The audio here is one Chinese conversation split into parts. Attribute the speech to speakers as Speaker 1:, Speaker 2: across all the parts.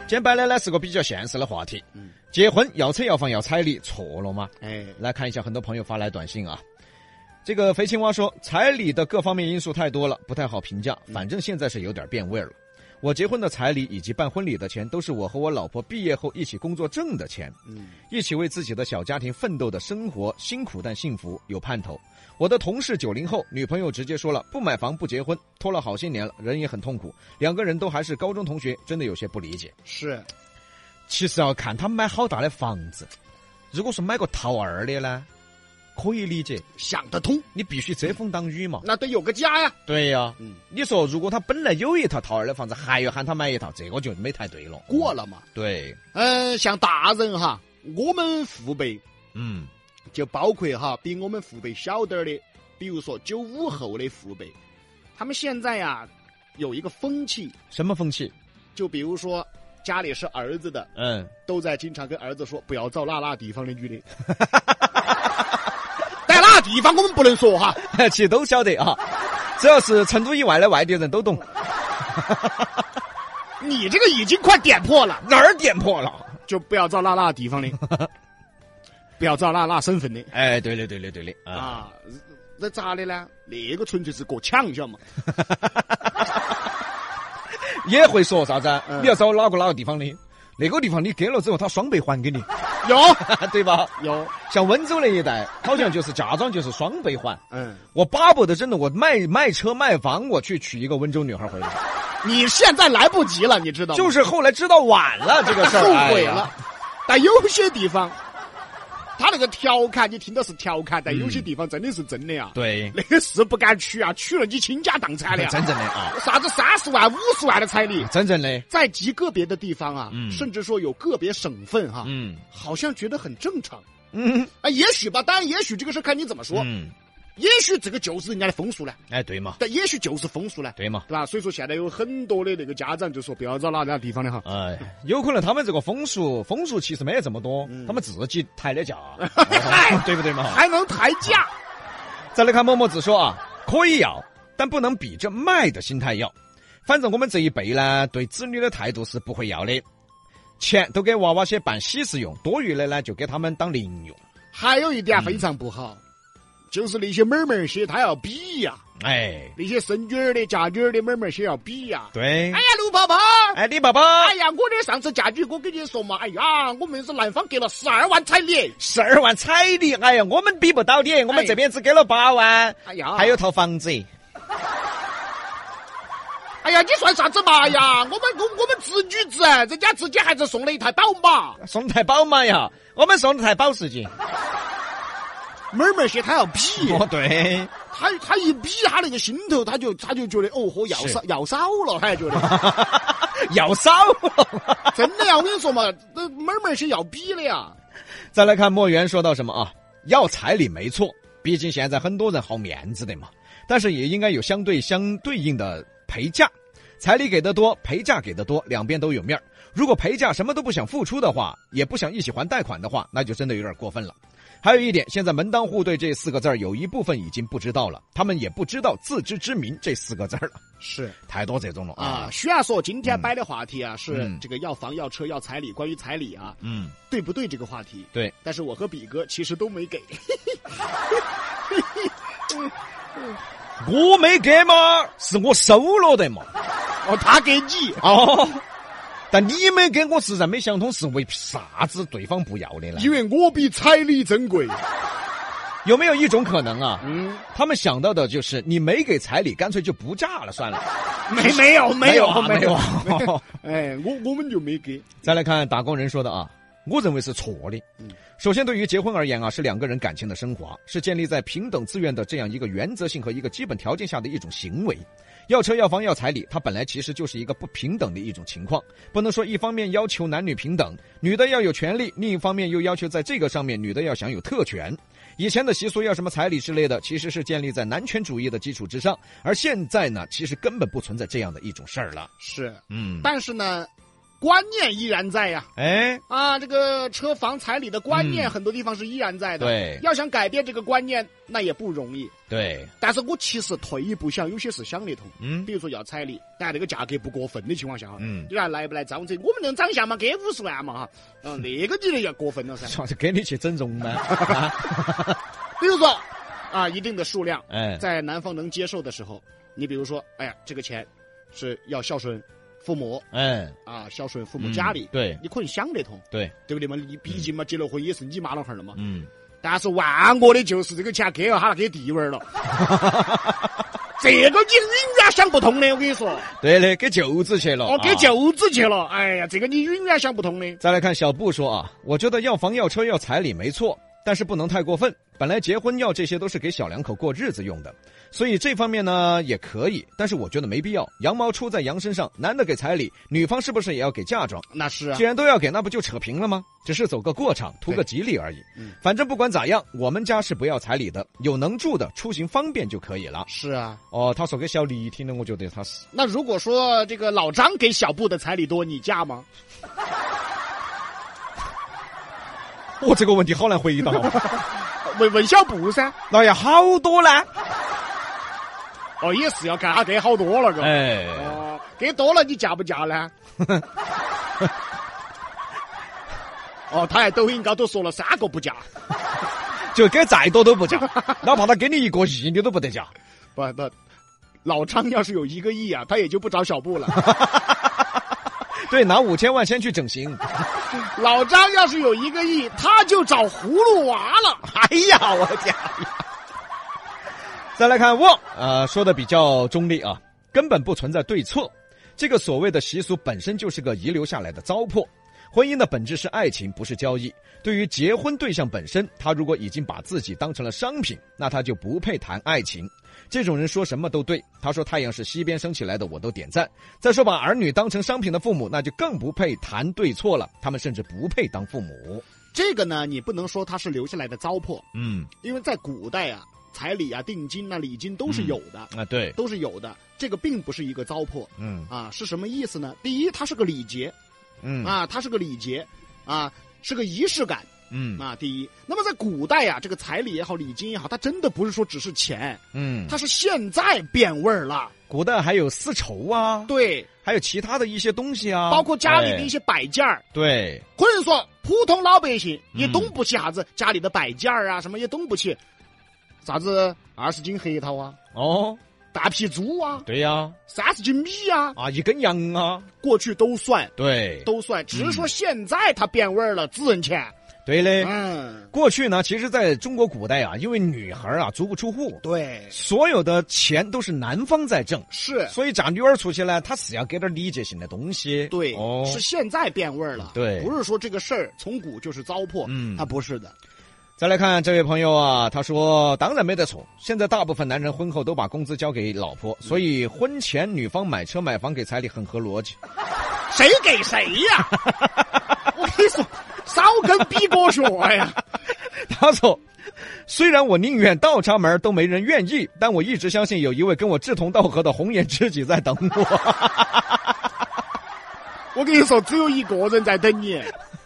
Speaker 1: 今天摆的呢是个比较现实的话题，结婚要车要房要彩礼，错了吗？
Speaker 2: 哎，
Speaker 1: 来看一下很多朋友发来短信啊。这个肥青蛙说，彩礼的各方面因素太多了，不太好评价。反正现在是有点变味儿了。我结婚的彩礼以及办婚礼的钱，都是我和我老婆毕业后一起工作挣的钱，
Speaker 2: 嗯
Speaker 1: 一起为自己的小家庭奋斗的生活，辛苦但幸福，有盼头。我的同事九零后，女朋友直接说了不买房不结婚，拖了好些年了，人也很痛苦。两个人都还是高中同学，真的有些不理解。
Speaker 2: 是，
Speaker 1: 其实要看他买好大的房子，如果说买个套二的呢，可以理解，
Speaker 2: 想得通，
Speaker 1: 你必须遮风挡雨嘛。
Speaker 2: 那得有个家呀。
Speaker 1: 对呀、
Speaker 2: 嗯，
Speaker 1: 你说如果他本来有一套套二的房子，还要喊他买一套，这个就没太对了。
Speaker 2: 过，了嘛。
Speaker 1: 对，
Speaker 2: 嗯、像大人哈，我们父辈
Speaker 1: 嗯，
Speaker 2: 就包括哈比我们父辈小点儿的，比如说九五后的父辈，他们现在呀有一个风气，
Speaker 1: 什么风气？
Speaker 2: 就比如说家里是儿子的，
Speaker 1: 嗯，
Speaker 2: 都在经常跟儿子说不要找那那地方的女 的。在那地方我们不能说哈，
Speaker 1: 其实都晓得啊，只要是成都以外的外地人都懂，
Speaker 2: 你这个已经快点破了，
Speaker 1: 哪儿点破了？
Speaker 2: 就不要找那那地方的，不要找那那身份的。
Speaker 1: 哎，对的，对的，对的，啊，
Speaker 2: 啊，那咋的呢？那个纯粹是过抢，晓得嘛？
Speaker 1: 也会说啥子啊？
Speaker 2: 嗯
Speaker 1: 你要找哪个哪个地方的？那个地方你给了之后，他双倍还给你，
Speaker 2: 有
Speaker 1: 对吧？
Speaker 2: 有，
Speaker 1: 像温州那一带，好像就是嫁妆就是双倍还。
Speaker 2: 嗯，
Speaker 1: 我巴不得真的我卖卖车卖房，我去娶一个温州女孩回来。
Speaker 2: 你现在来不及了，你知道吗？
Speaker 1: 就是后来知道晚了这个事儿，
Speaker 2: 后
Speaker 1: 哎
Speaker 2: 悔
Speaker 1: 呀
Speaker 2: 了。。但有些地方，他那个调侃，你听到是调侃，但有些地方真的是真的呀。
Speaker 1: 嗯对，
Speaker 2: 那个是不敢娶啊，娶了你倾家荡产的
Speaker 1: 真
Speaker 2: 呀。
Speaker 1: 正的啊，
Speaker 2: 啥子三十万、五十万的彩礼，
Speaker 1: 真正的，
Speaker 2: 在极个别的地方啊，
Speaker 1: 嗯
Speaker 2: 甚至说有个别省份哈、
Speaker 1: 嗯
Speaker 2: 好像觉得很正常。
Speaker 1: 嗯
Speaker 2: 啊，也许吧，当然，也许这个事儿看你怎么说，
Speaker 1: 嗯，
Speaker 2: 也许这个就是人家的风俗呢，
Speaker 1: 哎，对嘛，
Speaker 2: 但也许就是风俗呢。
Speaker 1: 对嘛。
Speaker 2: 对吧？所以说现在有很多的那个家长就说不要找哪哪地方的哈，
Speaker 1: 哎，有可能他们这个风俗，风俗其实没这么多，
Speaker 2: 嗯
Speaker 1: 他们自己抬 的价，哎
Speaker 2: 嗨
Speaker 1: 对不对嘛？
Speaker 2: 还能抬价？
Speaker 1: 再来看默默子说啊，可以要，但不能比着卖的心态要。反正我们这一辈呢，对子女的态度是不会要的，钱都给娃娃些办喜事用，多余的呢就给他们当零用。
Speaker 2: 还有一点非常不好，就是那些妹儿妹儿些，他要比呀、
Speaker 1: 哎，
Speaker 2: 那些生女儿的、嫁女儿的妹儿妹儿些要比呀、
Speaker 1: 对
Speaker 2: 哎，呀，卢婆婆，
Speaker 1: 哎，李爸爸
Speaker 2: 哎呀，我的上次嫁女，我跟你说嘛，哎呀，我们是男方给了十二万彩礼，
Speaker 1: 十二万彩礼，哎呀，我们比不到你，我们这边只给了八万，
Speaker 2: 哎呀，
Speaker 1: 还有，套房子。
Speaker 2: 哎呀，你算啥子嘛？哎呀，我们我我们侄女子，人家自己还是送了一台宝马，
Speaker 1: 送台宝马呀，我们送了台保时捷。
Speaker 2: 哎妹儿妹儿些他要比。
Speaker 1: 哦，对，
Speaker 2: 他他一比他那个心头，他就他就觉得哦，嚯，要少要少了，他还觉得
Speaker 1: 要少了。
Speaker 2: 真的呀！我跟你说嘛，这妹儿妹儿些要比的呀。
Speaker 1: 再来看墨源说到什么啊？要彩礼没错，毕竟现在很多人好面子的嘛，但是也应该有相对相对应的陪嫁。彩礼给的多，陪嫁给的多，两边都有面儿。如果陪嫁什么都不想付出的话，也不想一起还贷款的话，那就真的有点过分了。还有一点，现在门当户对这四个字儿，有一部分已经不知道了，他们也不知道自知之明这四个字儿了，
Speaker 2: 是
Speaker 1: 太多这种了
Speaker 2: 啊
Speaker 1: 啊，。
Speaker 2: 虽然说今天摆的话题啊是
Speaker 1: 嗯
Speaker 2: 这个要房要车要彩礼，关于彩礼啊
Speaker 1: 嗯，
Speaker 2: 对不对这个话题，
Speaker 1: 对，
Speaker 2: 但是我和比哥其实都没给，
Speaker 1: 我没给嘛，是我收了的嘛。
Speaker 2: 哦，他给你，
Speaker 1: 哦， 但你没给我实在没想通是为啥子对方不要的呢？
Speaker 2: 因为我比彩礼珍贵。
Speaker 1: 有没有一种可能啊？
Speaker 2: 嗯，
Speaker 1: 他们想到的就是你没给彩礼，干脆就不嫁了算了。
Speaker 2: 没没有
Speaker 1: 啊，没有。 啊。
Speaker 2: 哎，我我们就没给。
Speaker 1: 再来看打工人说的啊，我认为是错的。首先，对于结婚而言啊，是两个人感情的升华，是建立在平等自愿的这样一个原则性和一个基本条件下的一种行为。要车要房要彩礼，它本来其实就是一个不平等的一种情况，不能说一方面要求男女平等，女的要有权利，另一方面又要求在这个上面女的要享有特权。以前的习俗要什么彩礼之类的，其实是建立在男权主义的基础之上，而现在呢，其实根本不存在这样的一种事儿了。
Speaker 2: 是，
Speaker 1: 嗯，
Speaker 2: 但是呢，观念依然在呀、
Speaker 1: 哎，
Speaker 2: 啊，这个车房彩礼的观念
Speaker 1: 嗯
Speaker 2: 很多地方是依然在的。
Speaker 1: 对
Speaker 2: 要想改变这个观念，那也不容易。
Speaker 1: 对，
Speaker 2: 但是我其实退一步想，有些事想得通。
Speaker 1: 嗯
Speaker 2: 比如说要彩礼，但这个价格不过分的情况下哈，
Speaker 1: 嗯
Speaker 2: 你看来不来张嘴，我们能涨价嘛，给五十万嘛哈， 嗯，那个你就要过分了噻。
Speaker 1: 上次给你去整容吗？
Speaker 2: 比如说，啊，一定的 数量
Speaker 1: 哎，
Speaker 2: 在男方能接受的时候，你比如说，哎呀，这个钱是要孝顺父母
Speaker 1: 哎，
Speaker 2: 啊，孝顺父
Speaker 1: 我
Speaker 2: 母家里，
Speaker 1: 嗯对
Speaker 2: 你可以想得通，
Speaker 1: 对，
Speaker 2: 对不对嘛？你毕竟嘛，结了婚也是你妈老汉儿了嘛。
Speaker 1: 嗯，
Speaker 2: 但是万恶的就是这个哦钱给了他那个地位儿了，这个你永远想不通的，我跟你说，
Speaker 1: 对的，给舅子去了。
Speaker 2: 哦，给
Speaker 1: 啊
Speaker 2: 舅子去了，哎呀，这个你永远想不通的。
Speaker 1: 再来看小布说啊，我觉得要房要车要彩礼没错，但是不能太过分。本来结婚要这些都是给小两口过日子用的，所以这方面呢也可以，但是我觉得没必要。羊毛出在羊身上，男的给彩礼，女方是不是也要给嫁妆？
Speaker 2: 那是啊
Speaker 1: 既，然都要给，那不就扯平了吗？只是走个过场，图个吉利而已
Speaker 2: 嗯。
Speaker 1: 反正不管咋样，我们家是不要彩礼的，有能住的，出行方便就可以了。
Speaker 2: 是啊。
Speaker 1: 哦，他说给小李听了，我觉得他是
Speaker 2: 那如果说这个老张给小布的彩礼多，你嫁吗？
Speaker 1: 我这个问题好难回答哦。
Speaker 2: 问问小布噻，
Speaker 1: 老爷好多呢，
Speaker 2: 哦，也是要看他给好多了，个。
Speaker 1: 哎，
Speaker 2: 哦，给多了你嫁不嫁呢？哦，他在抖音高头说了三个不嫁，
Speaker 1: 就给再多都不嫁，哪怕他给你一个亿，你都不得嫁。
Speaker 2: 不不，老张要是有一个亿啊，他也就不找小布了。
Speaker 1: 对，拿五千万先去整形。
Speaker 2: 老张要是有一个亿，他就找葫芦娃了。
Speaker 1: 哎呀，我的天！再来看我，呃，说的比较中立啊，根本不存在对错。这个所谓的习俗本身就是个遗留下来的糟粕。婚姻的本质是爱情，不是交易。对于结婚对象本身，他如果已经把自己当成了商品，那他就不配谈爱情。这种人说什么都对。他说太阳是西边升起来的，我都点赞。再说把儿女当成商品的父母，那就更不配谈对错了。他们甚至不配当父母。
Speaker 2: 这个呢，你不能说他是留下来的糟粕，
Speaker 1: 嗯
Speaker 2: 因为在古代啊，彩礼啊、定金啊、礼金都是有的，
Speaker 1: 啊，对，
Speaker 2: 都是有的。这个并不是一个糟粕
Speaker 1: 嗯
Speaker 2: 啊，是什么意思呢？第一，它是个礼节
Speaker 1: 嗯
Speaker 2: 啊，它是个礼节啊，是个仪式感
Speaker 1: 嗯
Speaker 2: 啊。第一，那么在古代啊，这个彩礼也好，礼金也好，它真的不是说只是钱，
Speaker 1: 嗯，
Speaker 2: 它是现在变味儿了。
Speaker 1: 古代还有丝绸啊，
Speaker 2: 对，
Speaker 1: 还有其他的一些东西啊，
Speaker 2: 包括家里的一
Speaker 1: 些、
Speaker 2: 些摆件儿，
Speaker 1: 对，
Speaker 2: 或者说普通老百姓也
Speaker 1: 嗯
Speaker 2: 懂不起啥子家里的摆件儿啊，什么也懂不起，啥子二十斤核桃啊，
Speaker 1: 哦，
Speaker 2: 大皮猪啊，
Speaker 1: 对呀、
Speaker 2: 三十斤米啊，
Speaker 1: 啊，一根羊啊，
Speaker 2: 过去都算
Speaker 1: 对，
Speaker 2: 都算，只
Speaker 1: 嗯
Speaker 2: 是说现在它变味儿了，只认钱。
Speaker 1: 对嘞。
Speaker 2: 嗯，
Speaker 1: 过去呢，其实在中国古代啊，因为女孩啊足不出户，
Speaker 2: 对，
Speaker 1: 所有的钱都是男方在挣，
Speaker 2: 是，
Speaker 1: 所以嫁女儿出去呢，她是要给点礼节性的东西。
Speaker 2: 对，
Speaker 1: 哦，
Speaker 2: 是现在变味儿了。
Speaker 1: 对
Speaker 2: 不是说这个事儿从古就是糟粕，
Speaker 1: 嗯
Speaker 2: 它不是的。
Speaker 1: 再来看这位朋友啊，他说：“当然没得错，现在大部分男人婚后都把工资交给老婆，所以婚前女方买车买房给彩礼很合逻辑。
Speaker 2: 谁给谁呀、 我跟你说，少跟逼哥学呀！”
Speaker 1: 他说：“虽然我宁愿倒插门都没人愿意，但我一直相信有一位跟我志同道合的红颜知己在等我。
Speaker 2: 我跟你说，只有一个人在等你，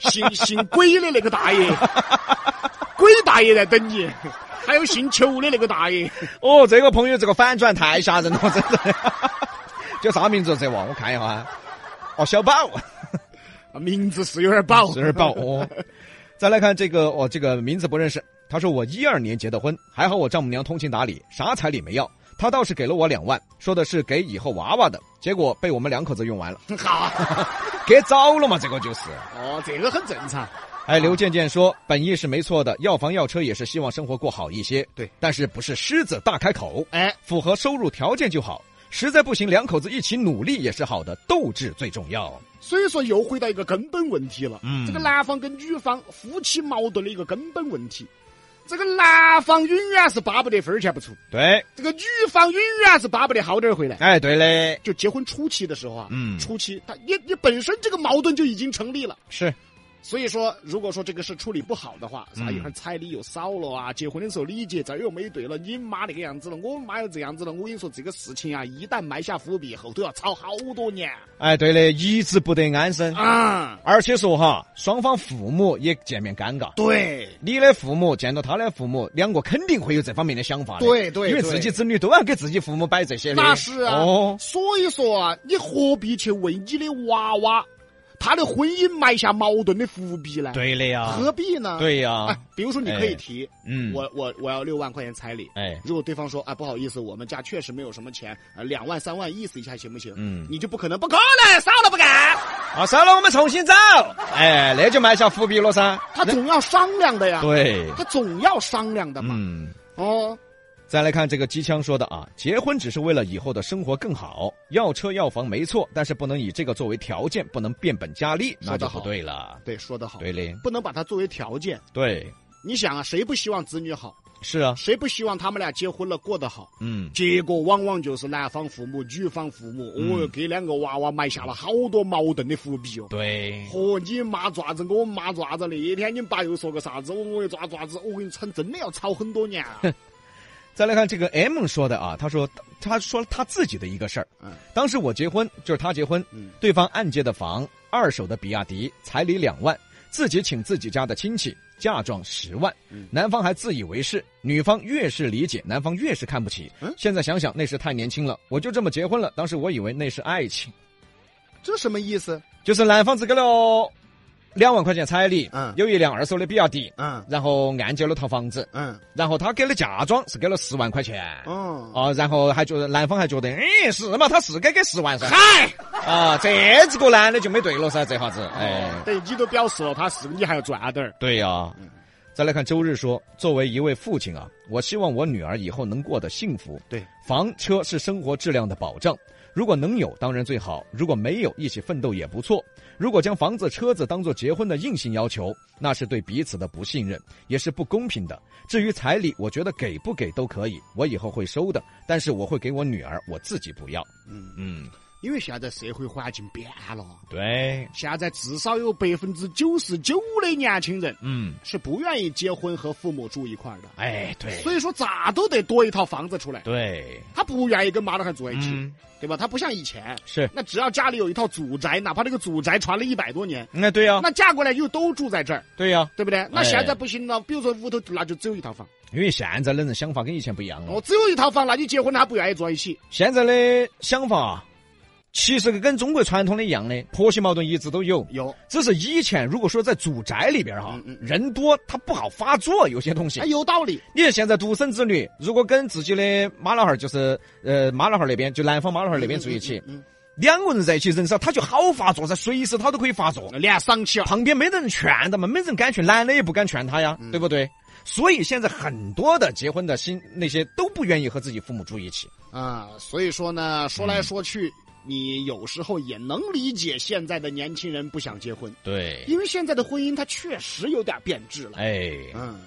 Speaker 2: 姓 姓鬼的那个大爷， 鬼大爷在等你，还有姓裘的那个大爷，”
Speaker 1: 哦，这个朋友这个反转太吓人了，真的。 叫啥名字这娃？我看一下啊。哦，小宝，
Speaker 2: 啊名字是有点宝，
Speaker 1: 这是宝哦。再来看这个，哦，这个名字不认识。他说我一二年结的婚，还好我丈母娘通情达理，啥彩礼没要。他倒是给了我两万，说的是给以后娃娃的，结果被我们两口子用完了，
Speaker 2: 好，
Speaker 1: 给早了嘛，这个就是。
Speaker 2: 哦，这个很正常，
Speaker 1: 哎，
Speaker 2: 啊
Speaker 1: 刘健健说，本意是没错的，要房要车也是希望生活过好一些。
Speaker 2: 对，
Speaker 1: 但是不是狮子大开口，
Speaker 2: 哎，
Speaker 1: 符合收入条件就好。实在不行，两口子一起努力也是好的，斗志最重要。
Speaker 2: 所以说又回到一个根本问题了，
Speaker 1: 嗯
Speaker 2: 这个男方跟女方夫妻矛盾的一个根本问题，这个男方永远是巴不得分儿钱不出，
Speaker 1: 对，
Speaker 2: 这个女方永远是巴不得好点儿回来。
Speaker 1: 哎，对嘞，
Speaker 2: 就结婚初期的时候啊，
Speaker 1: 嗯
Speaker 2: 初期他你你本身这个矛盾就已经成立了。
Speaker 1: 是，
Speaker 2: 所以说，如果说这个事处理不好的话，啥
Speaker 1: 嗯
Speaker 2: 一会儿彩礼又少了啊，结婚的时候礼节再又没对了，你妈那个样子了，我妈又这样子了，我跟你说这个事情啊，一旦埋下伏笔，后头要吵好多年
Speaker 1: 哎，对的，一直不得安生。
Speaker 2: 啊。
Speaker 1: 而且说哈，双方父母也见面尴尬。
Speaker 2: 对，
Speaker 1: 你的父母见到他的父母，两个肯定会有这方面的想法的。
Speaker 2: 对对
Speaker 1: 啊因为
Speaker 2: 对
Speaker 1: 自己子女都要给自己父母摆这些的。
Speaker 2: 那是啊。
Speaker 1: 哦，
Speaker 2: 所以说啊，你何必去为你的娃娃他的婚姻埋下矛盾的伏笔呢？，
Speaker 1: 对的呀，
Speaker 2: 何必呢？。
Speaker 1: 对呀
Speaker 2: 哎，，比如说你可以提，
Speaker 1: 嗯，
Speaker 2: 我我我要六万块钱彩礼。
Speaker 1: 哎，
Speaker 2: 如果对方说啊不好意思，我们家确实没有什么钱，呃两万三万意思一下行不行？
Speaker 1: 嗯
Speaker 2: 你就不可能不可能，少了不干，
Speaker 1: 啊，算了，我们重新找。哎，那就埋下伏笔了噻。
Speaker 2: 他总要商量的呀，
Speaker 1: 对，
Speaker 2: 他总要商量的嘛。
Speaker 1: 嗯。
Speaker 2: 哦，
Speaker 1: 再来看这个机枪说的啊，结婚只是为了以后的生活更好，要车要房没错，但是不能以这个作为条件，不能变本加厉，那
Speaker 2: 说
Speaker 1: 就
Speaker 2: 得
Speaker 1: 不
Speaker 2: 好
Speaker 1: 对了。
Speaker 2: 对，说得好，
Speaker 1: 对嘞，
Speaker 2: 不能把它作为条件。
Speaker 1: 对，
Speaker 2: 你想啊，谁不希望子女好？
Speaker 1: 是啊，
Speaker 2: 谁不希望他们俩结婚了过得好？
Speaker 1: 嗯，
Speaker 2: 结果往往就是男方父母、女方父母，哦哟，给两个娃娃埋下了好多矛盾的伏笔哦。
Speaker 1: 对，
Speaker 2: 嚯，你妈爪子，我妈爪子，那天你爸又说个啥子，我又抓爪子，我跟你吵，真的要吵很多 年啊。
Speaker 1: 再来看这个 M 说的啊，他说他说他自己的一个事儿
Speaker 2: 嗯。
Speaker 1: 当时我结婚，就是他结婚，
Speaker 2: 嗯
Speaker 1: 对方按揭的房，二手的比亚迪，彩礼两万，自己请自己家的亲戚，嫁妆十万
Speaker 2: 嗯。
Speaker 1: 男方还自以为是，女方越是理解，男方越是看不起
Speaker 2: 嗯。
Speaker 1: 现在想想那时太年轻了，我就这么结婚了。当时我以为那是爱情，
Speaker 2: 这什么意思？
Speaker 1: 就是男方只给了两万块钱彩礼
Speaker 2: 嗯，
Speaker 1: 有一辆二手的比亚迪，
Speaker 2: 嗯
Speaker 1: 然后按揭了套房子，
Speaker 2: 嗯
Speaker 1: 然后他给的嫁妆是给了十万块钱。
Speaker 2: 哦，
Speaker 1: 哦，然后还觉得男方还觉得，哎，是嘛，他是该给十万噻。
Speaker 2: 嗨，
Speaker 1: 啊，这子个男的就没对了噻，这下子，哎，
Speaker 2: 对，你都表示了他是，你还要赚点儿。
Speaker 1: 对呀、再来看周日说，作为一位父亲啊，我希望我女儿以后能过得幸福。
Speaker 2: 对，
Speaker 1: 房车是生活质量的保障，如果能有当然最好，如果没有一起奋斗也不错。如果将房子、车子当做结婚的硬性要求，那是对彼此的不信任，也是不公平的。至于彩礼，我觉得给不给都可以，我以后会收的，但是我会给我女儿，我自己不要。
Speaker 2: 嗯
Speaker 1: 嗯，
Speaker 2: 因为现在社会环境变了，
Speaker 1: 对，
Speaker 2: 现在至少有百分之九十九的年轻人
Speaker 1: 嗯，
Speaker 2: 是不愿意结婚和父母住一块儿的，
Speaker 1: 哎，对，
Speaker 2: 所以说咋都得多一套房子出来。
Speaker 1: 对，
Speaker 2: 他不愿意跟妈老汉住在一起，
Speaker 1: 嗯
Speaker 2: 对吧？他不像以前，
Speaker 1: 是，
Speaker 2: 那只要家里有一套祖宅，哪怕这个祖宅传了一百多年，
Speaker 1: 那对呀、
Speaker 2: 那嫁过来又都住在这儿，
Speaker 1: 对呀、
Speaker 2: 对不对？那
Speaker 1: 哎
Speaker 2: 现在不行了，比如说屋头那就只有一套房，
Speaker 1: 因为现在的人想法跟以前不一样了。
Speaker 2: 哦，只有一套房，那你结婚了还不愿意住在一起？
Speaker 1: 现在的想法啊，其实跟中国传统的一样的，婆媳矛盾一直都有。
Speaker 2: 有，
Speaker 1: 只是以前如果说在住宅里边哈，
Speaker 2: 嗯嗯
Speaker 1: 人多他不好发作，有些东西
Speaker 2: 哎，。有道理。
Speaker 1: 你看现在独生子女，如果跟自己的妈老汉儿，就是呃妈老汉儿那边，就男方妈老汉儿那边住一起，
Speaker 2: 嗯，
Speaker 1: 两个人在一起人少，他就好发作噻，随时他都可以发作。
Speaker 2: 脸上去啊，
Speaker 1: 旁边没人劝他嘛，没人敢劝，男的也不敢劝他
Speaker 2: 嗯
Speaker 1: 呀，对不对？所以现在很多的结婚的新那些都不愿意和自己父母住一起。
Speaker 2: 啊，所以说呢，说来说去，你有时候也能理解现在的年轻人不想结婚，
Speaker 1: 对，
Speaker 2: 因为现在的婚姻它确实有点变质了。
Speaker 1: 哎，
Speaker 2: 嗯。